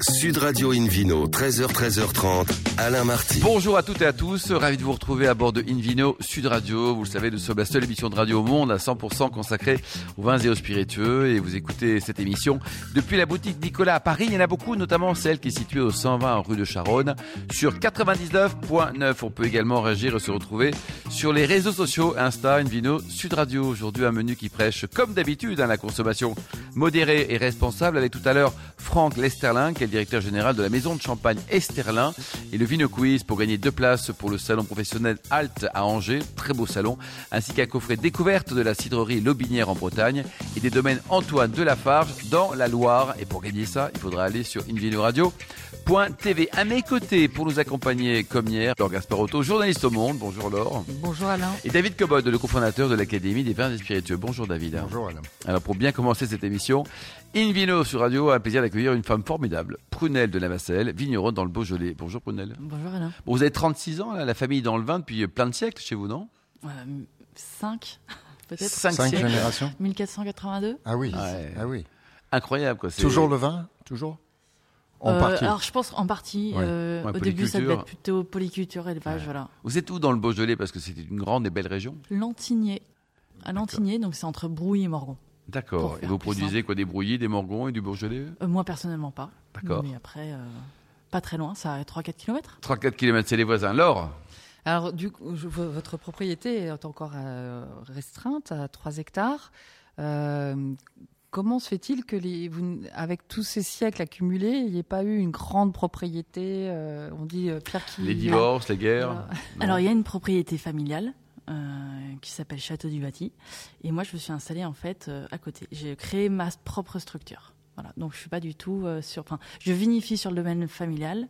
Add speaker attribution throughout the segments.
Speaker 1: Sud Radio Invino, 13h, 13h30, Alain Marty.
Speaker 2: Bonjour à toutes et à tous, ravi de vous retrouver à bord de Invino Sud Radio. Vous le savez, nous sommes la seule émission de radio au monde à 100% consacrée aux vins et aux spiritueux. Et vous écoutez cette émission depuis la boutique Nicolas à Paris. Il y en a beaucoup, notamment celle qui est située au 120 rue de Charonne sur 99.9. On peut également réagir et se retrouver sur les réseaux sociaux Insta, Invino Sud Radio. Aujourd'hui, un menu qui prêche, comme d'habitude, hein, la consommation modérée et responsable avec tout à l'heure Franck Lesterlin, qui est le directeur général de la maison de champagne Esterlin, et le Vino Quiz pour gagner deux places pour le salon professionnel Alt à Angers, très beau salon, ainsi qu'un coffret découverte de la cidrerie Lobinière en Bretagne et des domaines Antoine de Lafarge dans la Loire. Et pour gagner ça, il faudra aller sur Invino Radio. .tv. À mes côtés, pour nous accompagner comme hier, Laure Gasparotto, journaliste au Monde. Bonjour Laure.
Speaker 3: Bonjour Alain.
Speaker 2: Et David Cobod, le cofondateur de l'Académie des vins et spiritueux. Bonjour David.
Speaker 4: Bonjour Alain.
Speaker 2: Alors pour bien commencer cette émission, Invino sur Radio a un plaisir d'accueillir une femme formidable, Prunelle de Navacelle, vigneronne dans le Beaujolais. Bonjour Prunelle.
Speaker 3: Bonjour Alain.
Speaker 2: Bon, vous avez 36 ans, là, la famille dans le vin depuis plein de siècles chez vous, non
Speaker 3: 5 Euh, peut-être
Speaker 2: Cinq
Speaker 4: Cinq
Speaker 2: siècles.
Speaker 4: générations
Speaker 3: 1482
Speaker 4: Ah oui,
Speaker 2: Ouais.
Speaker 4: ah oui.
Speaker 2: Incroyable quoi. c'est-
Speaker 4: Toujours le vin Toujours En
Speaker 3: Euh,
Speaker 4: partie.
Speaker 3: Alors je pense en partie.
Speaker 4: Ouais.
Speaker 3: euh,
Speaker 2: Ouais,
Speaker 3: au début ça
Speaker 2: polyculture.
Speaker 3: devait être plutôt polyculture, élevage, voilà.
Speaker 2: Vous êtes où dans le Beaujolais Parce que c'est une grande et belle région.
Speaker 3: Lantigné. À Lantigné, donc c'est entre Brouille et Morgon. Pour
Speaker 2: D'accord. Et
Speaker 3: faire
Speaker 2: vous
Speaker 3: plus
Speaker 2: produisez quoi Des brouillis, des morgons et du Beaujolais
Speaker 3: Euh, moi personnellement pas.
Speaker 2: D'accord.
Speaker 3: Mais après, euh, pas très loin, ça à 3-4 km.
Speaker 2: 3-4 km, c'est les voisins. Laure
Speaker 5: Alors, du coup, je- vo- votre propriété est encore euh, restreinte à 3 hectares. Euh, comment se fait-il que, les, vous, n- avec tous ces siècles accumulés, il n'y ait pas eu une grande propriété euh, On dit euh, Pierre qui.
Speaker 2: Les divorces, les guerres Non.
Speaker 3: Alors il y a une propriété familiale. euh, qui s'appelle Château du Bâti. Et moi, je me suis installée en fait euh, à côté. J'ai créé ma propre structure. Voilà. Donc, je suis pas du tout euh, sur. Enfin, je vinifie sur le domaine familial,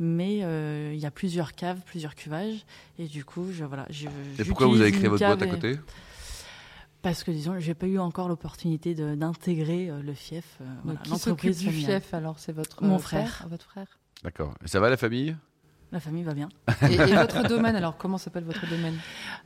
Speaker 3: mais euh, il y a plusieurs caves, plusieurs cuvages, et du coup, je voilà. Je,
Speaker 2: Et pourquoi vous avez
Speaker 3: j'utilise
Speaker 2: créé
Speaker 3: une
Speaker 2: votre boîte à
Speaker 3: cave et-
Speaker 2: côté
Speaker 3: Parce que disons, j'ai pas eu encore l'opportunité de- d'intégrer euh, le fief, euh,
Speaker 5: Donc,
Speaker 3: voilà,
Speaker 5: qui s'occupe
Speaker 3: l'entreprise
Speaker 5: du
Speaker 3: familiale.
Speaker 5: fief alors C'est votre
Speaker 3: Mon
Speaker 5: euh,
Speaker 3: frère.
Speaker 5: père, votre frère.
Speaker 2: D'accord. Et ça va la famille
Speaker 3: La famille va bien.
Speaker 5: Et, et votre domaine alors Comment s'appelle votre domaine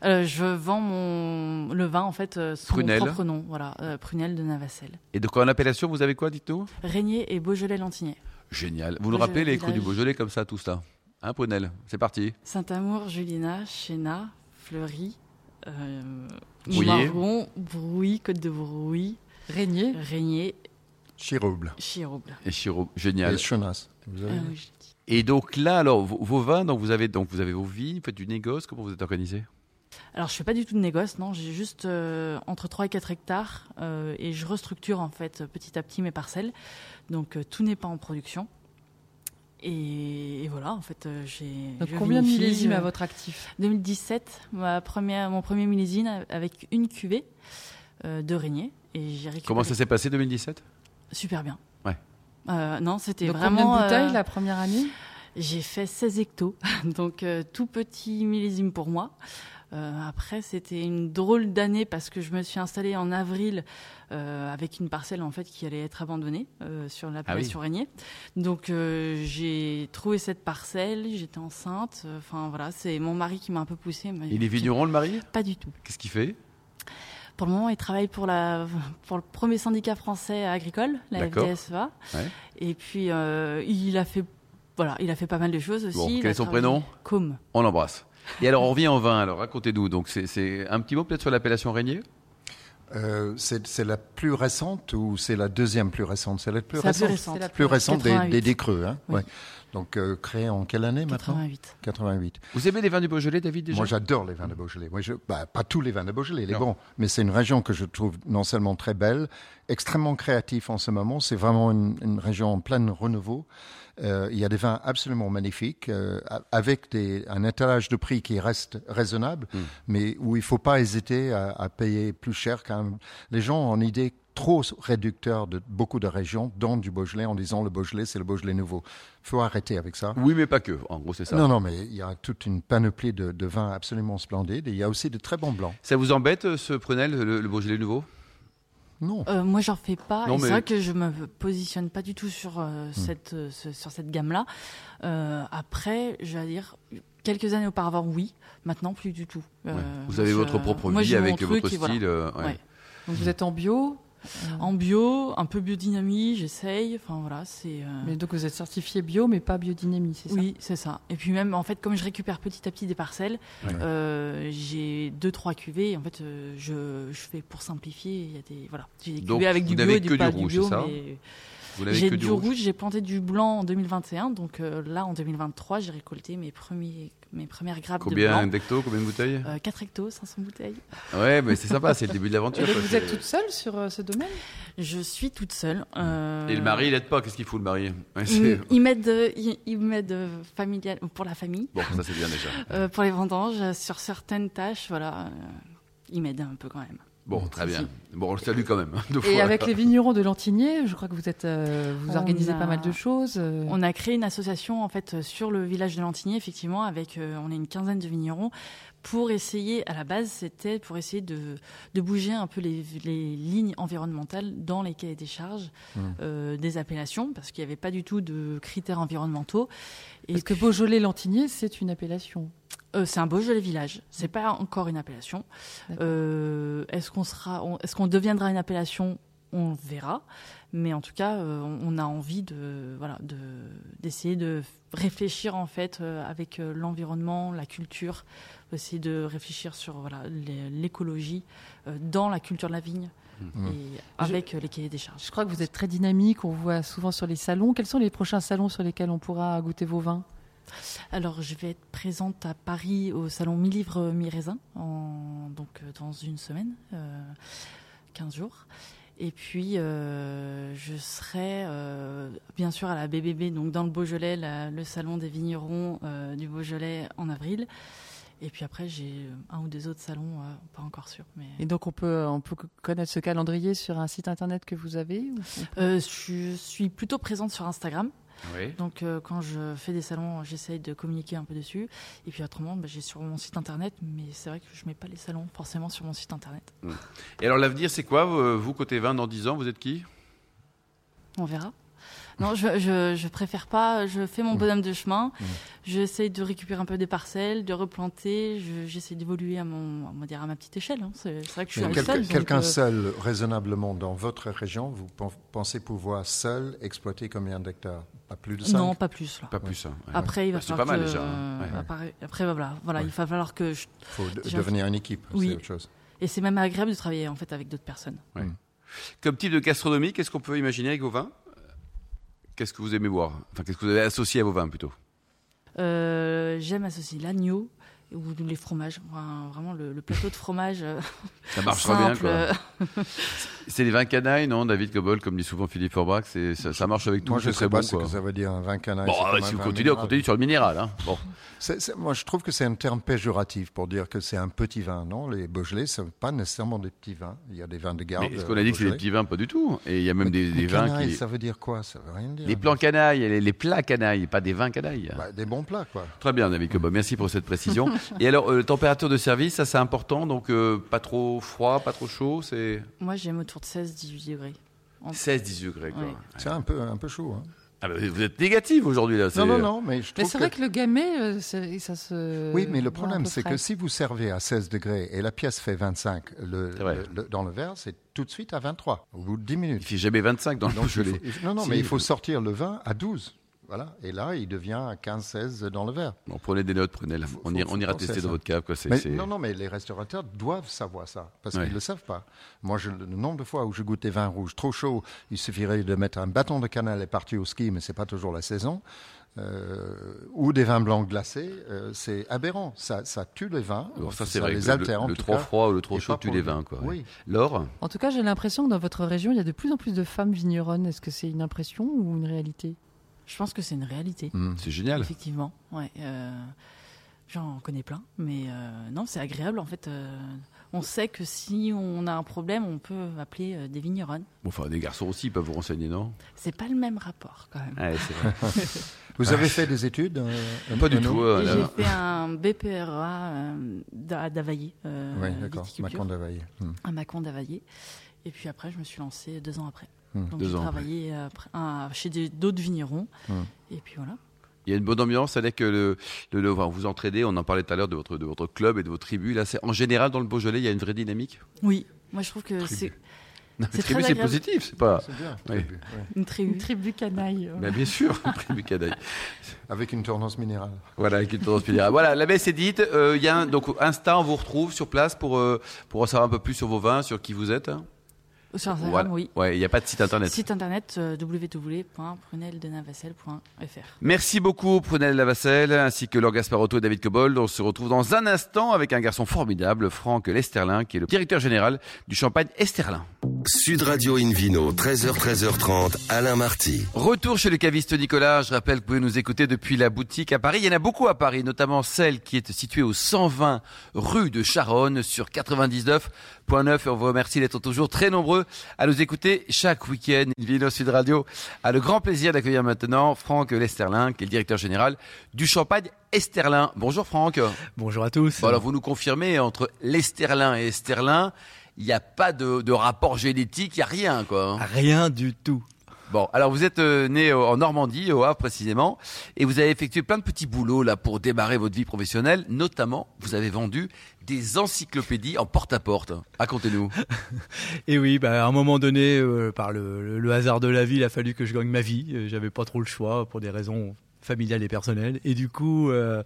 Speaker 3: Euh, je vends mon le vin en fait euh, sous
Speaker 2: Prunelle.
Speaker 3: mon propre nom, voilà, euh, Prunelle de Navacelle.
Speaker 2: Et donc en appellation, vous avez quoi, dites-nous
Speaker 3: Régnier et Beaujolais Lantigné.
Speaker 2: Génial. Vous nous
Speaker 3: Beaujolais
Speaker 2: rappelez les coups du
Speaker 3: village.
Speaker 2: Beaujolais comme ça, tout ça Hein, Prunelle C'est parti.
Speaker 3: Saint-Amour, Julina, Chéna, Fleury, euh,
Speaker 2: Brouillé.
Speaker 3: Marron, Brouilly, Côte de Brouilly,
Speaker 5: Régnier
Speaker 3: Régnier,
Speaker 4: Chirouble.
Speaker 3: Chirouble.
Speaker 2: Et Chiro, génial.
Speaker 4: Et Chenas. Vous avez
Speaker 3: Ah
Speaker 4: dit
Speaker 3: oui, je dis.
Speaker 2: Et donc là, alors, vos, vos vins, donc vous avez donc vous avez vos vignes, vous faites du négoce, comment vous êtes organisé
Speaker 3: Alors, je fais pas du tout de négoce, non. J'ai juste euh, entre 3 et 4 hectares euh, et je restructure en fait euh, petit à petit mes parcelles. Donc, euh, tout n'est pas en production. Et, et voilà, en fait, euh, j'ai.
Speaker 5: Donc,
Speaker 3: je
Speaker 5: combien de
Speaker 3: vinifie,
Speaker 5: millésimes
Speaker 3: euh,
Speaker 5: à votre actif
Speaker 3: 2017, ma première, mon premier millésime avec une cuvée euh, de Régnier. Et j'ai récupéré.
Speaker 2: Comment ça s'est passé 2017
Speaker 3: Super bien.
Speaker 2: Ouais.
Speaker 3: Euh, non, c'était
Speaker 5: Donc,
Speaker 3: vraiment.
Speaker 5: combien de bouteilles
Speaker 3: euh,
Speaker 5: la première année
Speaker 3: J'ai fait 16 hectos, donc euh, tout petit millésime pour moi. Euh, après, c'était une drôle d'année parce que je me suis installée en avril euh, avec une parcelle en fait qui allait être abandonnée euh, sur la
Speaker 2: Ah
Speaker 3: place sur Régnier. Donc euh, j'ai trouvé cette parcelle, j'étais enceinte. euh, Enfin voilà, c'est mon mari qui m'a un peu poussée. mais-
Speaker 2: Il est vigneron, le mari
Speaker 3: Pas du tout.
Speaker 2: Qu'est-ce qu'il fait
Speaker 3: Pour le moment, il travaille pour, la, pour le premier syndicat français agricole, la
Speaker 2: D'accord.
Speaker 3: FDSEA.
Speaker 2: Ouais.
Speaker 3: E Et puis, euh, il a fait. Voilà, il a fait pas mal de choses aussi.
Speaker 2: Bon,
Speaker 3: Il
Speaker 2: quel
Speaker 3: a
Speaker 2: est son
Speaker 3: travaillé-
Speaker 2: prénom
Speaker 3: Côme.
Speaker 2: On l'embrasse. Et alors, on revient en vin. Alors, racontez-nous. Donc, c'est- c'est un petit mot peut-être sur l'appellation Régnier
Speaker 4: Euh, c'est c'est la plus récente ou c'est la deuxième plus récente C'est la plus
Speaker 3: C'est la plus
Speaker 4: récente.
Speaker 3: récente.
Speaker 5: C'est la
Speaker 4: Plus récente des,
Speaker 3: 88.
Speaker 4: des décreux. Hein
Speaker 3: Oui.
Speaker 4: ouais. Donc euh, créée en quelle année maintenant
Speaker 3: 88.
Speaker 4: 88.
Speaker 2: Vous aimez les vins du Beaujolais, David, déjà
Speaker 4: Moi, j'adore les vins de Beaujolais. Moi, je, bah, pas tous les vins de Beaujolais, les
Speaker 2: Non.
Speaker 4: bons. Mais c'est une région que je trouve non seulement très belle, extrêmement créative en ce moment. C'est vraiment une, une région en plein renouveau. Euh, il y a des vins absolument magnifiques, euh, a- avec des, un étalage de prix qui reste raisonnable,
Speaker 2: Hmm.
Speaker 4: mais où il faut pas hésiter à, à payer plus cher. Quand même. Les gens ont une idée trop réducteur de beaucoup de régions, dont du Beaujolais, en disant le Beaujolais, c'est le Beaujolais nouveau. faut arrêter avec ça.
Speaker 2: Oui, mais pas que. En gros, c'est ça.
Speaker 4: Non, non, mais il y a toute une panoplie de, de vins absolument splendides. Et il y a aussi de très bons blancs.
Speaker 2: Ça vous embête, euh, ce Prunel, le, le Beaujolais nouveau
Speaker 4: Non.
Speaker 3: Euh, moi, j'en fais pas.
Speaker 2: Non, mais-
Speaker 3: et
Speaker 2: Hmm.
Speaker 3: C'est vrai que je me positionne pas du tout sur euh, cette euh, ce- sur cette gamme-là. Euh, après, je vais dire quelques années auparavant, oui. Maintenant, plus du tout. Euh,
Speaker 2: Ouais. Vous
Speaker 3: moi,
Speaker 2: avez
Speaker 3: je-
Speaker 2: votre propre
Speaker 3: moi,
Speaker 2: vie
Speaker 3: j'ai mon
Speaker 2: avec
Speaker 3: truc
Speaker 2: votre
Speaker 3: et voilà.
Speaker 2: style. euh, ouais.
Speaker 3: Ouais.
Speaker 5: Donc, vous êtes en bio
Speaker 3: en bio, un peu biodynamie, j'essaye. Enfin voilà, c'est. euh,
Speaker 5: Mais donc vous êtes certifié bio, mais pas biodynamie, c'est ça
Speaker 3: Oui, c'est ça. Et puis même, en fait, comme je récupère petit à petit des parcelles,
Speaker 4: Ouais.
Speaker 3: euh, j'ai deux trois cuvées. Et En fait, euh, je, je fais pour simplifier. Il y a des voilà, j'ai des
Speaker 2: Donc,
Speaker 3: cuvées avec
Speaker 2: vous
Speaker 3: du
Speaker 2: n'avez
Speaker 3: bio, et
Speaker 2: que
Speaker 3: du
Speaker 2: du
Speaker 3: pas
Speaker 2: rouge,
Speaker 3: du bio.
Speaker 2: c'est ça
Speaker 3: mais
Speaker 2: Vous n'avez
Speaker 3: j'ai
Speaker 2: que
Speaker 3: du, rouge. j'ai planté du blanc en 2021. Donc euh, là, en 2023, j'ai récolté mes premiers mes premières grappes
Speaker 2: Combien
Speaker 3: de blanc.
Speaker 2: d'hectos, combien de bouteilles
Speaker 3: 4 hectos, 500 bouteilles.
Speaker 2: Ouais, mais c'est sympa, c'est le début de
Speaker 5: Et
Speaker 2: l'aventure.
Speaker 5: donc
Speaker 2: quoi,
Speaker 5: vous
Speaker 2: c'est-
Speaker 5: êtes toute seule sur euh, ce domaine
Speaker 3: Je suis toute seule. euh,
Speaker 2: Et le mari, il aide pas, qu'est-ce qu'il fout le mari Ouais, c'est-
Speaker 3: il il m'aide, euh, il, il m'aide euh, familial pour la famille,
Speaker 2: Bon, ça c'est bien déjà.
Speaker 3: euh, pour les vendanges, euh, sur certaines tâches, voilà, euh, il m'aide un peu quand même.
Speaker 2: Bon, très
Speaker 3: Si,
Speaker 2: bien. Bon, on le salue quand même. hein, deux
Speaker 5: Et
Speaker 2: fois.
Speaker 4: Bah.
Speaker 5: avec les vignerons de Lantigné, je crois que vous êtes, euh, vous
Speaker 3: On
Speaker 5: organisez
Speaker 3: a-
Speaker 5: pas mal de choses. euh,
Speaker 3: On a créé une association en fait euh, sur le village de Lantigny, effectivement, avec euh, on est une quinzaine de vignerons pour essayer. À la base, c'était pour essayer de, de bouger un peu les, les lignes environnementales dans les cahiers des charges
Speaker 4: Mmh.
Speaker 3: euh, des appellations, parce qu'il n'y avait pas du tout de critères environnementaux. Et
Speaker 5: Parce que Beaujolais Lantigné, c'est une appellation.
Speaker 3: Euh, c'est un Beaujolais village. C'est pas encore une appellation.
Speaker 5: D'accord.
Speaker 3: Euh, est-ce qu'on sera, on- est-ce qu'on deviendra une appellation On verra. Mais en tout cas, euh, on, on a envie de, voilà, de d'essayer de réfléchir en fait euh, avec euh, l'environnement, la culture, essayer de réfléchir sur voilà l'é- l'écologie euh, dans la culture de la vigne
Speaker 4: Mhm.
Speaker 3: et avec euh, les cahiers des charges.
Speaker 5: Je crois que vous êtes très dynamique, on vous voit souvent sur les salons. Quels sont les prochains salons sur lesquels on pourra goûter vos vins
Speaker 3: Alors, je vais être présente à Paris au salon Mi Livre Mi Raisin, en, donc euh, dans une semaine, euh, 15 jours. Et puis, euh, je serai euh, bien sûr à la BBB, donc dans le Beaujolais, la- le salon des vignerons euh, du Beaujolais en avril. Et puis après, j'ai un ou deux autres salons, euh, pas encore sûr. Mais...
Speaker 5: Et donc on peut, on peut connaître ce calendrier sur un site internet que vous avez ou- Bah,
Speaker 3: Euh, je suis plutôt présente sur Instagram.
Speaker 2: Oui.
Speaker 3: Donc euh, quand je fais des salons, j'essaye de communiquer un peu dessus. Et puis autrement, bah, j'ai sur mon site internet, mais c'est vrai que je mets pas les salons forcément sur mon site internet.
Speaker 2: Et alors l'avenir, c'est quoi vous, vous, côté 20, dans 10 ans, vous êtes qui
Speaker 3: On verra. Non, je, je, je préfère pas. Je fais mon bonhomme de chemin. J'essaye de récupérer un peu des parcelles, de replanter. Je- J'essaie d'évoluer à mon, on va dire à ma petite échelle. hein. C'est c'est vrai que je suis
Speaker 4: Mais
Speaker 3: la
Speaker 4: quel-
Speaker 3: seule. donc,
Speaker 4: Quelqu'un
Speaker 3: euh,
Speaker 4: seul, raisonnablement, dans votre région, vous pen- pensez pouvoir seul exploiter combien d'hectares Pas plus de 5
Speaker 3: euh, Non, pas plus là.
Speaker 2: Pas plus. hein, ouais.
Speaker 3: Après, il va
Speaker 2: Bah, c'est
Speaker 3: falloir
Speaker 2: pas mal
Speaker 3: que-
Speaker 2: déjà, hein. Ouais.
Speaker 3: après- Après, voilà, voilà,
Speaker 4: Ouais.
Speaker 3: il va falloir que. je-
Speaker 4: Il faut de-
Speaker 3: Déjà-
Speaker 4: devenir une équipe,
Speaker 3: Oui.
Speaker 4: c'est autre chose.
Speaker 3: Et c'est même agréable de travailler en fait avec d'autres personnes.
Speaker 2: Comme type de gastronomie, qu'est-ce qu'on peut imaginer avec vos vins Euh, Qu'est-ce que vous aimez boire Enfin, qu'est-ce que vous avez associé à vos vins plutôt
Speaker 3: Euh, j'aime associer l'agneau ou les fromages, Enfin, vraiment le, le plateau de fromage euh,
Speaker 2: Ça marchera bien,
Speaker 3: simple.
Speaker 2: quoi.
Speaker 3: euh,
Speaker 2: C'est les vins canailles, non David Cobol, comme dit souvent Philippe Forbach, c'est ça, ça marche avec tout.
Speaker 4: Moi, je
Speaker 2: c'est très
Speaker 4: ne sais pas
Speaker 2: bon,
Speaker 4: ce
Speaker 2: quoi.
Speaker 4: que ça veut dire un vin canaille.
Speaker 2: Bon,
Speaker 4: c'est
Speaker 2: ah ouais, si
Speaker 4: comme un
Speaker 2: vous
Speaker 4: vin
Speaker 2: continuez, on
Speaker 4: minéral.
Speaker 2: continue sur le minéral. Hein. Bon.
Speaker 4: C'est- c'est- moi, je trouve que c'est un terme péjoratif pour dire que c'est un petit vin. Non, les Beaujolais, ce pas nécessairement des petits vins. Il y a des vins de garde.
Speaker 2: Mais est-ce qu'on a dit que c'est des
Speaker 4: Beaujolais.
Speaker 2: petits vins Pas du tout. Et il y a même
Speaker 4: Mais
Speaker 2: des, des
Speaker 4: les
Speaker 2: vins
Speaker 4: euh, canailles,
Speaker 2: qui.
Speaker 4: ça veut dire quoi Ça veut rien dire.
Speaker 2: Les plans canailles, les, les plats canailles, pas des vins canailles.
Speaker 4: Bah, des bons plats, quoi.
Speaker 2: Très bien, David Cobol. Merci pour cette précision. Et alors, euh, température de service, ça c'est important. Donc, euh, pas trop froid, pas trop chaud. C'est
Speaker 3: Moi j'aime autour de 16-18 degrés. En-
Speaker 2: 16-18 degrés. quoi.
Speaker 3: Oui.
Speaker 4: C'est un peu, un peu chaud. hein.
Speaker 2: Ah, bah, vous êtes négative aujourd'hui là. c'est-
Speaker 4: Non, non, non, mais je
Speaker 5: Mais
Speaker 4: trouve
Speaker 5: c'est
Speaker 4: que...
Speaker 5: vrai que le gamay, euh, c'est- ça se.
Speaker 4: Oui, mais le
Speaker 5: voit un
Speaker 4: problème,
Speaker 5: peu
Speaker 4: c'est
Speaker 5: frais.
Speaker 4: que si vous servez à 16 degrés et la pièce fait 25 le-
Speaker 2: C'est vrai.
Speaker 4: le- le- dans le verre, c'est tout de suite à 23, au bout de 10
Speaker 2: euh, Il
Speaker 4: minutes.
Speaker 2: fait jamais 25 dans le
Speaker 4: Donc, il
Speaker 2: Beaujolais.
Speaker 4: faut- non, non,
Speaker 2: Si,
Speaker 4: mais il
Speaker 2: je-
Speaker 4: faut sortir le vin à 12. Voilà. Et là, il devient à 15, 16 dans le verre.
Speaker 2: Bon, prenez des notes, prenez. la- On,
Speaker 4: faut-
Speaker 2: ira- on
Speaker 4: faut
Speaker 2: ira
Speaker 4: penser à
Speaker 2: tester dans
Speaker 4: ça.
Speaker 2: votre cave. Quoi. c'est-
Speaker 4: Mais-
Speaker 2: c'est-
Speaker 4: non, non, mais les restaurateurs doivent savoir ça, parce
Speaker 2: Ouais.
Speaker 4: qu'ils ne le savent pas. Moi, je- le nombre de fois où je goûte des vins rouges trop chauds, il suffirait de mettre un bâton de cannelle et partir au ski, mais ce n'est pas toujours la saison. Euh, ou des vins blancs glacés, euh, c'est aberrant. Ça, ça tue les vins,
Speaker 2: Alors, ça, c'est vrai. que
Speaker 4: les
Speaker 2: le-
Speaker 4: altère en
Speaker 2: le
Speaker 4: tout
Speaker 2: trop
Speaker 4: cas.
Speaker 2: froid ou le trop
Speaker 4: et
Speaker 2: chaud
Speaker 4: pas
Speaker 2: tue
Speaker 4: pour
Speaker 2: les
Speaker 4: le-
Speaker 2: vins. Quoi.
Speaker 4: Oui.
Speaker 2: Laure,
Speaker 5: En tout cas, j'ai l'impression que dans votre région, il y a de plus en plus de femmes vigneronnes. Est-ce que c'est une impression ou une réalité
Speaker 3: Je pense que c'est une réalité,
Speaker 2: c'est génial.
Speaker 3: effectivement. Ouais, euh, J'en connais plein, mais euh, non, c'est agréable en fait. euh, on sait que si on a un problème, on peut appeler euh, des vignerons.
Speaker 2: Bon, enfin, des garçons aussi peuvent vous renseigner, non
Speaker 3: C'est pas le même rapport quand même.
Speaker 2: Ouais, c'est vrai. Ah.
Speaker 4: Vous avez fait des études euh,
Speaker 2: Pas du
Speaker 4: Renaud
Speaker 2: tout.
Speaker 3: Et
Speaker 2: euh,
Speaker 3: J'ai
Speaker 2: là.
Speaker 3: fait un BPRA euh, à Davaillé, euh,
Speaker 4: Oui, d'accord.
Speaker 3: viticulture.
Speaker 4: Macron d'Availlé. Hmm.
Speaker 3: à Mâcon d'Availlé. Et puis après, je me suis lancée deux ans après.
Speaker 4: Hmm.
Speaker 3: Donc
Speaker 2: Hum, Deux
Speaker 3: j'ai
Speaker 2: ans Hum.
Speaker 3: travaillé après- à- chez des- d'autres vignerons.
Speaker 4: Hmm.
Speaker 3: Et puis voilà.
Speaker 2: Il y a une bonne ambiance avec euh, le, le, le- enfin, vous entraînez. On en parlait tout à l'heure de votre, de votre club et de vos tribus. Là, c'est en général dans le Beaujolais, il y a une vraie dynamique.
Speaker 3: Oui, moi je trouve que
Speaker 2: Tribu.
Speaker 3: c'est.
Speaker 2: c'est
Speaker 3: très
Speaker 2: c'est
Speaker 3: agréable.
Speaker 2: positif, c'est pas.
Speaker 4: C'est bien.
Speaker 2: Oui.
Speaker 4: tribu, ouais.
Speaker 3: Une
Speaker 5: Une
Speaker 3: tribu.
Speaker 5: tribu canaille. euh.
Speaker 2: Mais bien sûr, tribu canaille.
Speaker 4: Avec une tendance minérale.
Speaker 2: Voilà, avec une tendance pédérale. Voilà, la messe est dite. Euh, Il y a un, donc Insta, on vous retrouve sur place pour euh, pour en savoir un peu plus sur vos vins, sur qui vous êtes. hein.
Speaker 3: Sur Instagram,
Speaker 2: Voilà.
Speaker 3: oui.
Speaker 2: Ouais, il n'y a pas de site internet.
Speaker 3: Site internet euh, www.pruneldenavacelle.fr.
Speaker 2: Merci beaucoup, Prunel Lavasselle, ainsi que Laure Gasparotto et David Cobold. On se retrouve dans un instant avec un garçon formidable, Franck Lesterlin, qui est le directeur général du champagne Esterlin.
Speaker 1: Sud Radio Invino, 13h, 13h30, Alain Marty.
Speaker 2: Retour chez le caviste Nicolas. Je rappelle que vous pouvez nous écouter depuis la boutique à Paris. Il y en a beaucoup à Paris, notamment celle qui est située au 120 rue de Charonne sur 99.9. Et on vous remercie d'être toujours très nombreux à nous écouter chaque week-end. Vino Sud Radio a le grand plaisir d'accueillir maintenant Franck Lesterlin, qui est le directeur général du Champagne Esterlin. Bonjour Franck.
Speaker 6: Bonjour à tous.
Speaker 2: Bon, alors vous nous confirmez, entre l'Esterlin et Esterlin, il n'y a pas de, de rapport génétique, il n'y a rien quoi. hein.
Speaker 6: Rien du tout.
Speaker 2: Bon, alors vous êtes euh, né au- en Normandie, au Havre précisément, et vous avez effectué plein de petits boulots là pour démarrer votre vie professionnelle. Notamment, vous avez vendu des encyclopédies en porte-à-porte. Racontez-nous.
Speaker 6: Et oui, bah, à un moment donné, euh, par le, le- le hasard de la vie, il a fallu que je gagne ma vie. Euh, J'avais pas trop le choix pour des raisons familiales et personnelles. Et du coup, euh,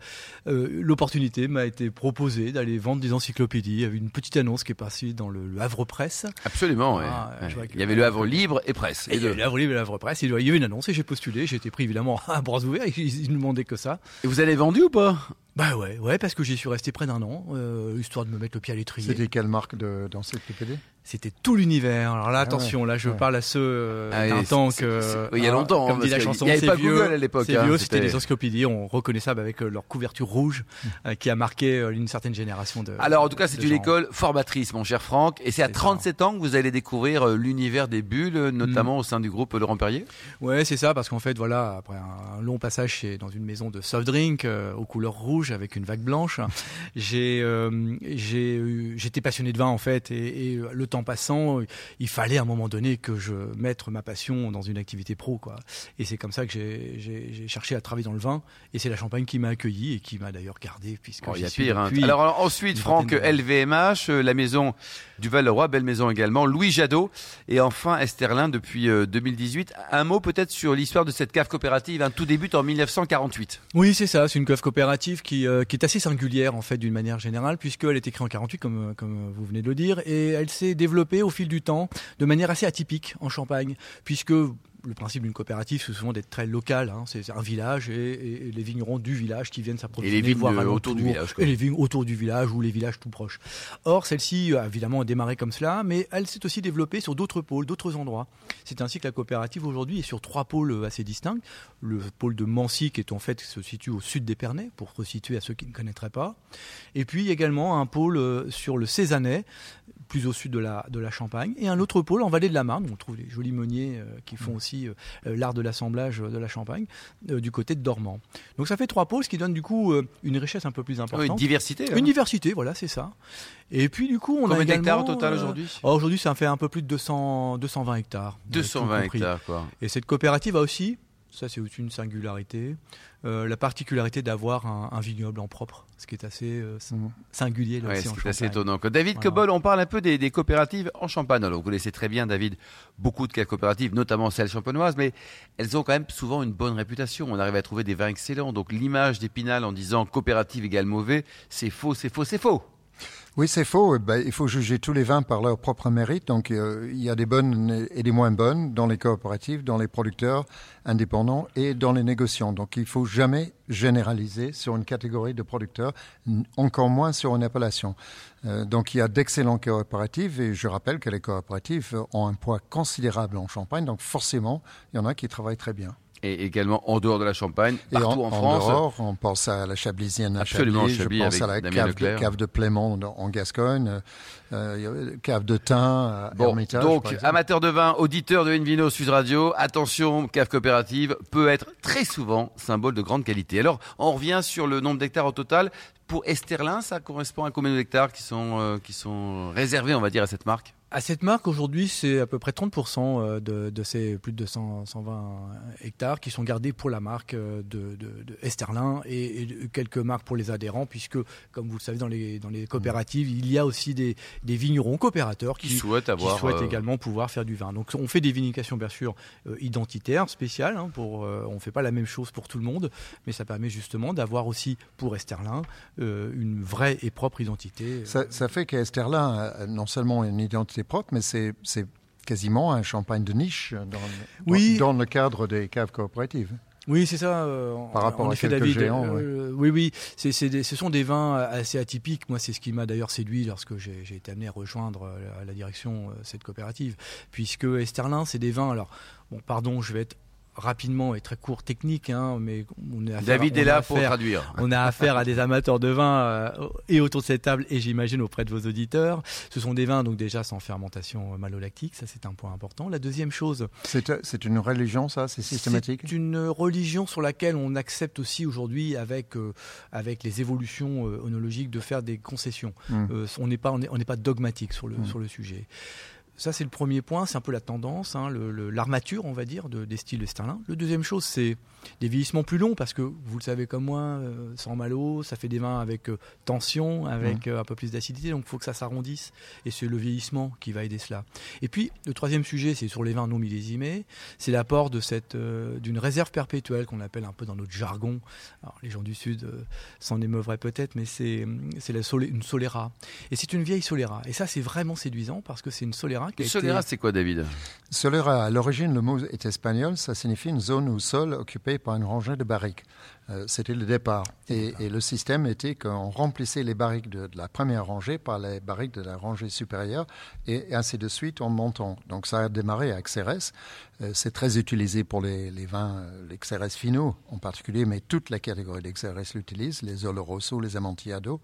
Speaker 6: euh, l'opportunité m'a été proposée d'aller vendre des encyclopédies. Il y avait une petite annonce qui est passée dans le, le Havre Presse.
Speaker 2: Absolument. ouais.
Speaker 6: Ah, je
Speaker 2: Ouais.
Speaker 6: vois que-
Speaker 2: Il y avait le Havre libre et presse.
Speaker 6: Et
Speaker 2: les
Speaker 6: il y
Speaker 2: deux.
Speaker 6: avait le Havre Libre et le Havre Presse. Il y avait une annonce et j'ai postulé. J'ai été pris évidemment à bras ouverts. Ils ils ne demandaient que ça.
Speaker 2: Et vous avez vendu ou pas
Speaker 6: Bah ouais, ouais, parce que j'y suis resté près d'un an, euh, histoire de me mettre le pied à l'étrier.
Speaker 4: C'était quelle marque de- d'encyclopédie
Speaker 6: C'était tout l'univers. Alors là,
Speaker 4: Ah
Speaker 6: attention, là, je
Speaker 4: ouais.
Speaker 6: parle à ceux euh,
Speaker 2: Ah oui,
Speaker 6: d'un temps
Speaker 2: c'est-
Speaker 6: que.
Speaker 2: c'est- il y a
Speaker 6: ah,
Speaker 2: longtemps, hein,
Speaker 6: Comme dit
Speaker 2: parce
Speaker 6: la
Speaker 2: qu'il y
Speaker 6: chanson,
Speaker 2: avait
Speaker 6: c'est
Speaker 2: pas
Speaker 6: vieux.
Speaker 2: Google à l'époque,
Speaker 6: C'est
Speaker 2: hein,
Speaker 6: vieux, c'était
Speaker 2: c'était- Mmh.
Speaker 6: les encyclopédies. On reconnaît ça avec euh, leur couverture rouge euh, qui a marqué euh, une certaine génération de.
Speaker 2: Alors en tout cas, c'est
Speaker 6: de
Speaker 2: une
Speaker 6: gens.
Speaker 2: école formatrice, mon cher Franck. Et c'est à
Speaker 6: C'est Mm. ça.
Speaker 2: 37 ans que vous allez découvrir euh, l'univers des bulles, euh, notamment au sein du groupe Laurent Perrier.
Speaker 6: Ouais, c'est ça, parce qu'en fait, voilà, après un, un long passage chez, dans une maison de soft drink euh, aux couleurs rouges avec une vague blanche, j'ai, euh, j'ai, eu- j'étais passionné de vin en fait, et, et le temps passant, il fallait à un moment donné que je mette ma passion dans une activité pro, quoi. Et c'est comme ça que j'ai, j'ai, j'ai cherché à travailler dans le vin, et c'est la Champagne qui m'a accueilli et qui m'a d'ailleurs gardé puisque
Speaker 2: Bon,
Speaker 6: j'y
Speaker 2: il y a
Speaker 6: suis
Speaker 2: pire. hein.
Speaker 6: depuis.
Speaker 2: Alors alors, ensuite,
Speaker 6: une
Speaker 2: Franck,
Speaker 6: vingtaine
Speaker 2: LVMH, euh, la maison du Val-le-Roi, belle maison également, Louis Jadot et enfin Esterlin depuis euh, 2018. Un mot peut-être sur l'histoire de cette cave coopérative. hein. Tout débute en 1948.
Speaker 6: Oui, c'est ça. C'est une cave coopérative qui, euh, qui est assez singulière en fait d'une manière générale, puisqu'elle est créée en 48, comme, euh, comme vous venez de le dire, et elle s'est développée au fil du temps de manière assez atypique en Champagne, puisque le principe d'une coopérative, c'est souvent d'être très local. hein. C'est c'est un village et, et- et les vignerons du village qui viennent s'approvisionner,
Speaker 2: vignes,
Speaker 6: voir
Speaker 2: euh,
Speaker 6: alentour,
Speaker 2: autour du village, quoi.
Speaker 6: Et les vignes autour du village ou les villages tout proches. Or, celle-ci, euh, évidemment, a démarré comme cela, mais elle s'est aussi développée sur d'autres pôles, d'autres endroits. C'est ainsi que la coopérative aujourd'hui est sur trois pôles euh, assez distincts le pôle de Mancy qui est en fait se situe au sud d'Épernay pour se situer à ceux qui ne connaîtraient pas et puis également un pôle euh, sur le Cézanais plus au sud de la, de la Champagne et un autre pôle en vallée de la Marne où on trouve des jolis meuniers euh, qui
Speaker 2: Mmh.
Speaker 6: font aussi euh, euh, l'art de l'assemblage euh, de la Champagne euh, du côté de Dormant donc ça fait trois pôles ce qui donne du coup euh, une richesse un peu plus
Speaker 2: Ah Oui, une
Speaker 6: importante
Speaker 2: diversité. hein.
Speaker 6: Université, voilà, c'est ça. Et puis du coup, on
Speaker 2: Combien
Speaker 6: a également,
Speaker 2: d'hectares au total
Speaker 6: euh,
Speaker 2: aujourd'hui
Speaker 6: oh, Aujourd'hui, ça fait un peu plus de 200, 220 hectares. euh, tout
Speaker 2: 220
Speaker 6: compris.
Speaker 2: hectares, quoi.
Speaker 6: Et cette coopérative a aussi, ça c'est aussi une singularité, euh, la particularité d'avoir un, un vignoble en propre, ce qui est assez euh, sin-
Speaker 4: Mhm.
Speaker 6: singulier là
Speaker 2: Ouais,
Speaker 6: aussi en
Speaker 2: c'est assez
Speaker 6: Champagne.
Speaker 2: étonnant. David
Speaker 6: Voilà.
Speaker 2: Cobol, on parle un peu des, des coopératives en Champagne. Alors, vous connaissez très bien, David, beaucoup de cas coopératives, notamment celles champenoises, mais elles ont quand même souvent une bonne réputation. On arrive à trouver des vins excellents. Donc, l'image d'Épinal en disant coopérative égale mauvais, c'est faux, c'est faux, c'est faux.
Speaker 4: Oui, c'est faux. Eh ben, il faut juger tous les vins par leur propre mérite. Donc, euh, il y a des bonnes et des moins bonnes dans les coopératives, dans les producteurs indépendants et dans les négociants. Donc, il faut jamais généraliser sur une catégorie de producteurs, n- encore moins sur une appellation. Euh, donc, il y a d'excellentes coopératives et je rappelle que les coopératives ont un poids considérable en Champagne. Donc, forcément, il y en a qui travaillent très bien.
Speaker 2: Et également en dehors de la Champagne, partout en, France.
Speaker 4: dehors, on pense à la Chablisienne à
Speaker 2: Absolument,
Speaker 4: Chablis,
Speaker 2: Chablis
Speaker 4: je pense
Speaker 2: avec
Speaker 4: à la
Speaker 2: Damien
Speaker 4: cave de,
Speaker 2: Leclerc.
Speaker 4: cave de Plémont en- en Gascogne, euh, il y a la cave de Thym à
Speaker 2: Bon,
Speaker 4: Hermitage, par
Speaker 2: donc,
Speaker 4: exemple.
Speaker 2: amateurs de vin, auditeurs de Invino Sud Radio, attention, cave coopérative peut être très souvent symbole de grande qualité. Alors, on revient sur le nombre d'hectares au total. Pour Esterlin, ça correspond à combien d'hectares qui sont, euh, qui sont réservés, on va dire, à cette marque
Speaker 6: À cette marque, aujourd'hui, c'est à peu près 30% euh, de, de ces plus de 100, 120 hectares qui sont gardés pour la marque de, de, de Esterlin et, et de- quelques marques pour les adhérents, puisque, comme vous le savez, dans les, dans les coopératives, il y a aussi des, des vignerons coopérateurs
Speaker 2: Qui
Speaker 6: qui,
Speaker 2: souhaite avoir.
Speaker 6: qui souhaitent
Speaker 2: euh,
Speaker 6: également pouvoir faire du vin. Donc on fait des vinifications bien sûr euh, identitaires, spéciales. hein, pour, euh, on ne fait pas la même chose pour tout le monde, mais ça permet justement d'avoir aussi pour Esterlin euh, une vraie et propre identité.
Speaker 4: Ça, ça fait qu'Esterlin a non seulement une identité propre, mais c'est c'est quasiment un champagne de niche dans, dans-
Speaker 6: Oui.
Speaker 4: dans le cadre des caves coopératives.
Speaker 6: Oui, c'est ça. euh, en-
Speaker 4: Par rapport
Speaker 6: en
Speaker 4: à
Speaker 6: effet,
Speaker 4: quelques
Speaker 6: David,
Speaker 4: géants,
Speaker 6: euh, Oui, oui. c'est- c'est des- ce sont des vins euh, assez atypiques. Moi, c'est ce qui m'a d'ailleurs séduit lorsque j'ai j'ai été amené à rejoindre euh, la, la direction euh, cette coopérative, puisque Esterlin, c'est des vins. Alors, bon, pardon, je vais être rapidement et très court technique, hein, mais on est à faire-
Speaker 2: David
Speaker 6: on
Speaker 2: est
Speaker 6: a
Speaker 2: là
Speaker 6: à
Speaker 2: pour
Speaker 6: faire-
Speaker 2: traduire.
Speaker 6: on a affaire à des amateurs de vin euh, et autour de cette table et j'imagine auprès de vos auditeurs. Ce sont des vins donc déjà sans fermentation euh, malolactique, ça c'est un point important. La deuxième chose,
Speaker 4: C'est c'est une religion, ça C'est systématique
Speaker 6: c'est une religion sur laquelle on accepte aussi aujourd'hui avec euh, avec les évolutions euh, onologiques de faire des concessions.
Speaker 4: Mm.
Speaker 6: Euh, on n'est pas on n'est- on n'est pas dogmatique sur le
Speaker 4: Mm.
Speaker 6: sur le sujet. Ça, c'est le premier point, c'est un peu la tendance, hein, le- le- l'armature, on va dire, de- des styles estalins. Le deuxième chose, c'est des vieillissements plus longs, parce que vous le savez comme moi, euh, sans malo, ça fait des vins avec euh, tension, avec
Speaker 4: Mmh.
Speaker 6: euh, un peu plus d'acidité, donc il faut que ça s'arrondisse, et c'est le vieillissement qui va aider cela. Et puis, le troisième sujet, c'est sur les vins non millésimés, c'est l'apport de cette, euh, d'une réserve perpétuelle qu'on appelle un peu dans notre jargon, alors les gens du Sud euh, s'en émeuvraient peut-être, mais c'est euh, c'est la solé- une Solera. Et c'est une vieille Solera, et ça, c'est vraiment séduisant, parce que c'est une Solera qui a
Speaker 2: Et
Speaker 6: été-
Speaker 2: Solera, c'est quoi, David
Speaker 4: Solera, à l'origine, le mot est espagnol, ça signifie une zone ou sol occupée par une rangée de barriques. Euh, C'était le départ. Et, et le système était qu'on remplissait les barriques de, de la première rangée par les barriques de la rangée supérieure et ainsi de suite en montant. Donc ça a démarré à XRS. Euh, C'est très utilisé pour les, les vins, euh, les XRS finaux en particulier, mais toute la catégorie des XRS l'utilise, les Oloroso, les Amontillado.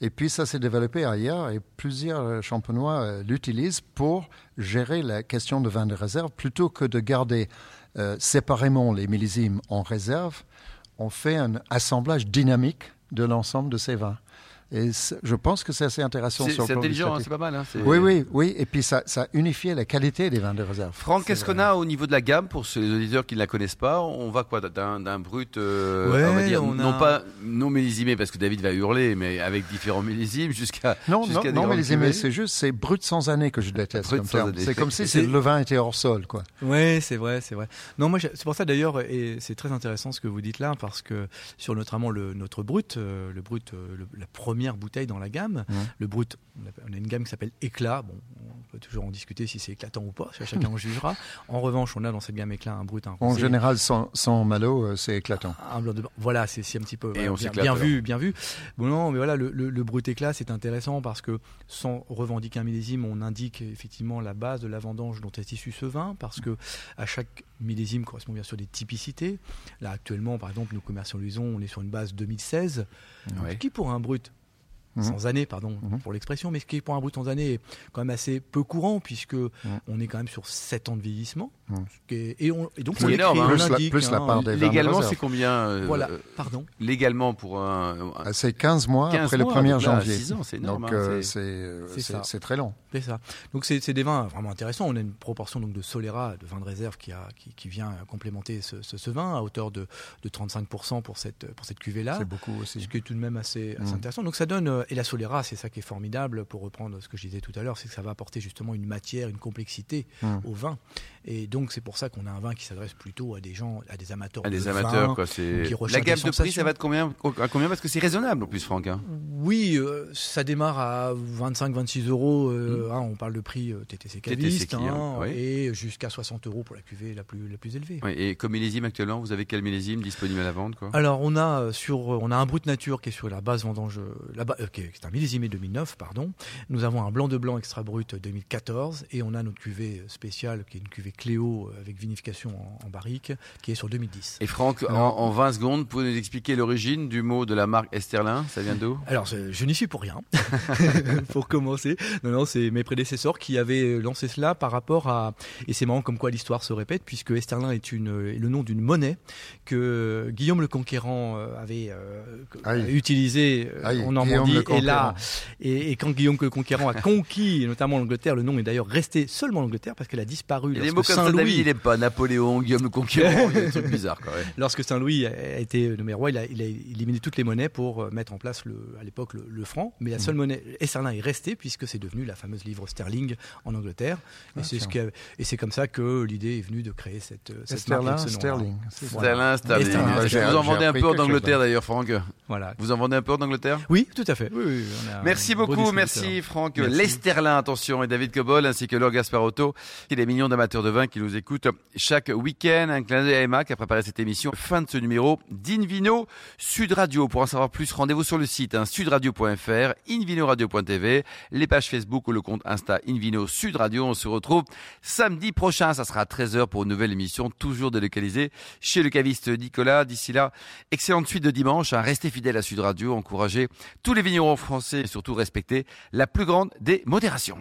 Speaker 4: Et puis ça s'est développé ailleurs et plusieurs euh, champenois euh, l'utilisent pour gérer la question de vin de réserve plutôt que de garder euh, séparément les millésimes en réserve. On fait un assemblage dynamique de l'ensemble de ces vins. Et c'est- je pense que c'est assez intéressant
Speaker 2: C'est
Speaker 4: sur le
Speaker 2: c'est
Speaker 4: plan
Speaker 2: intelligent, hein,
Speaker 4: gustatif.
Speaker 2: c'est pas mal. hein, c'est-
Speaker 4: Oui, oui, oui. Et puis ça, ça unifiait la qualité des vins de réserve.
Speaker 2: Franck,
Speaker 4: C'est
Speaker 2: qu'est-ce qu'on
Speaker 4: vrai.
Speaker 2: a au niveau de la gamme pour ceux- les auditeurs qui ne la connaissent pas On va quoi d'un, d'un brut, euh,
Speaker 6: Ouais,
Speaker 2: on va dire,
Speaker 6: on a-
Speaker 2: non pas non millésimé parce que David va hurler, mais avec différents millésimes jusqu'à
Speaker 4: Non,
Speaker 2: jusqu'à
Speaker 4: non,
Speaker 2: des
Speaker 4: non, mais
Speaker 2: grandes
Speaker 4: les aimés,
Speaker 2: cuvées.
Speaker 4: c'est juste, c'est brut sans année que je déteste
Speaker 2: Brut
Speaker 4: comme
Speaker 2: sans
Speaker 4: terme.
Speaker 2: année.
Speaker 4: C'est comme si
Speaker 6: C'est-
Speaker 4: c'est- le vin était hors sol, quoi.
Speaker 6: Ouais, c'est vrai, c'est vrai. Non, moi, j'ai- c'est pour ça d'ailleurs, et c'est très intéressant ce que vous dites là, parce que sur notamment le, notre brut, euh, le brut, euh, le- la première bouteille dans la gamme,
Speaker 4: Mhm.
Speaker 6: le brut, on a- on a une gamme qui s'appelle éclat. Bon, on peut toujours en discuter si c'est éclatant ou pas, ça, chacun en jugera. En revanche, on a dans cette gamme éclat un brut, un
Speaker 4: En
Speaker 6: rosé,
Speaker 4: général, sans, sans malo, euh, c'est éclatant.
Speaker 6: un blanc de blanc. Voilà, c'est c'est un petit peu.
Speaker 2: Et
Speaker 6: voilà,
Speaker 2: on
Speaker 6: bien,
Speaker 2: s'éclate
Speaker 6: bien
Speaker 2: alors.
Speaker 6: vu, bien vu. Bon, non, mais voilà, le, le, le brut éclat, c'est intéressant parce que sans revendiquer un millésime, on indique effectivement la base de la vendange dont est issu ce vin parce que à chaque millésime correspond bien sûr des typicités. Là, actuellement, par exemple, nous commercialisons, on est sur une base 2016,
Speaker 2: Ouais.
Speaker 6: ce qui pour un brut.
Speaker 4: Mhm.
Speaker 6: Sans année, pardon
Speaker 4: Mhm.
Speaker 6: pour l'expression, mais ce qui est pour un brut sans année est quand même assez peu courant, puisque on est quand même sur 7 ans de vieillissement.
Speaker 4: Mhm.
Speaker 6: ce qui est- et, on, et donc,
Speaker 2: C'est
Speaker 6: on l'écrit,
Speaker 2: énorme, hein.
Speaker 6: on
Speaker 4: Plus la-
Speaker 6: l'indique,
Speaker 4: plus la
Speaker 6: hein,
Speaker 4: part des-
Speaker 2: Légalement,
Speaker 4: Réserve.
Speaker 2: c'est combien euh,
Speaker 6: Voilà,
Speaker 2: euh,
Speaker 6: pardon.
Speaker 2: Légalement pour un, un-
Speaker 4: Euh, C'est 15 mois
Speaker 2: 15
Speaker 4: après
Speaker 2: mois,
Speaker 4: le 1er
Speaker 2: donc là,
Speaker 4: janvier.
Speaker 2: six ans, c'est énorme,
Speaker 4: Donc,
Speaker 2: hein,
Speaker 4: euh,
Speaker 2: c'est-
Speaker 4: c'est, euh,
Speaker 6: c'est
Speaker 4: c'est-
Speaker 6: ça.
Speaker 4: c'est très long.
Speaker 6: C'est ça. Donc c'est c'est des vins vraiment intéressants. On a une proportion donc de Solera, de vin de réserve qui, a, qui, qui vient complémenter ce, ce- ce vin à hauteur de, de 35% pour cette, pour cette cuvée-là.
Speaker 4: C'est beaucoup aussi.
Speaker 6: Ce qui est tout de même assez, assez
Speaker 4: Mm.
Speaker 6: intéressant. Donc ça donne, euh, et la Solera, c'est ça qui est formidable, pour reprendre ce que je disais tout à l'heure, c'est que ça va apporter justement une matière, une complexité
Speaker 4: Mm.
Speaker 6: au vin. Et donc c'est pour ça qu'on a un vin qui s'adresse plutôt à des gens, à des amateurs.
Speaker 2: à
Speaker 6: de
Speaker 2: des
Speaker 6: vin.
Speaker 2: amateurs quoi, c'est...
Speaker 6: qui recherchent
Speaker 2: La gamme
Speaker 6: des
Speaker 2: de prix, ça
Speaker 6: sensations.
Speaker 2: va de combien à combien Parce que c'est raisonnable en plus, Franck. hein.
Speaker 6: Oui, euh, ça démarre à 25-26 euros. euh,
Speaker 2: Mm.
Speaker 6: hein, on parle de prix euh, TTC caviste,
Speaker 2: TTC, hein,
Speaker 6: hein,
Speaker 2: oui.
Speaker 6: et jusqu'à 60 euros pour la cuvée la plus, la plus élevée.
Speaker 2: Ouais, et comme millésime actuellement, vous avez quel millésime disponible à la vente quoi
Speaker 6: Mm. Alors on a euh, sur euh, on a un brut nature qui est sur la base vendange euh, la ba- euh, qui est qui est un millésime 2009 pardon. Nous avons un blanc de blanc extra brut 2014 et on a notre cuvée spéciale qui est une cuvée Cléo bio avec vinification en, en barrique, qui est sur 2010.
Speaker 2: Et Franck, en,
Speaker 6: Alors-
Speaker 2: en 20 secondes, pour nous expliquer l'origine du mot de la marque Esterlin Ça vient d'où
Speaker 6: Alors, je, je n'y suis pour rien, pour commencer. Non, non, c'est mes prédécesseurs qui avaient lancé cela par rapport à. Et c'est marrant comme quoi l'histoire se répète, puisque Esterlin est, une, est le nom d'une monnaie que Guillaume le Conquérant euh, avait euh, que-
Speaker 4: Aïe.
Speaker 6: utilisée euh,
Speaker 4: Aïe,
Speaker 6: en
Speaker 4: Guillaume
Speaker 6: Normandie.
Speaker 4: le
Speaker 6: Et là,
Speaker 4: Conquérant.
Speaker 6: et, et quand Guillaume le Conquérant a conquis, notamment l'Angleterre, le nom est d'ailleurs resté seulement l'Angleterre parce qu'elle a disparu.
Speaker 2: Et Les
Speaker 6: lorsque
Speaker 2: mots comme ça, David,
Speaker 6: Saint-Louis-
Speaker 2: il aime pas. Napoléon, Guillaume le Conquérant, il y a des trucs bizarres quand même.
Speaker 6: Lorsque Saint-Louis a été nommé roi, il a, il a éliminé toutes les monnaies pour euh, mettre en place le- à l'époque le, le franc. Mais la seule monnaie, Esterlin est restée puisque c'est devenu la fameuse livre sterling en Angleterre. Et
Speaker 4: Ah,
Speaker 6: c'est ce
Speaker 4: tiens.
Speaker 6: qui a- et c'est comme ça que l'idée est venue de créer cette, cette
Speaker 4: Sterling,
Speaker 6: marque avec ce nom-là.
Speaker 4: Sterling. c'est ça.
Speaker 2: Esterlin, Esterlin.
Speaker 6: Esterlin,
Speaker 2: Est-ce que
Speaker 4: j'ai-
Speaker 2: Vous en
Speaker 4: j'ai
Speaker 2: vendez un
Speaker 4: appris
Speaker 2: peu en
Speaker 4: quelque chose,
Speaker 2: Angleterre
Speaker 4: là.
Speaker 2: d'ailleurs, Franck
Speaker 6: Voilà.
Speaker 2: Vous en vendez un peu en Angleterre
Speaker 6: Oui, tout à fait. Oui, oui, on a
Speaker 2: Merci
Speaker 6: un beau
Speaker 2: beaucoup,
Speaker 6: distributeur.
Speaker 2: merci Franck
Speaker 6: Merci.
Speaker 2: Lesterlin, attention, et David Cobol, ainsi que Laure Gasparotto, et des millions d'amateurs de vin qui nous écoutent chaque week-end. Un clin d'œil à Emma qui a préparé cette émission. Fin de ce numéro d'Invino Sud Radio. Pour en savoir plus, rendez-vous sur le site hein, sudradio.fr, invinoradio.tv, les pages Facebook ou le compte Insta Invino Sud Radio. On se retrouve samedi prochain, ça sera à 13h pour une nouvelle émission, toujours délocalisée chez le caviste Nicolas. D'ici là, excellente suite de dimanche. hein. Restez fidèles à Sud Radio, encouragez tous les vignerons français et surtout respectez la plus grande des modérations.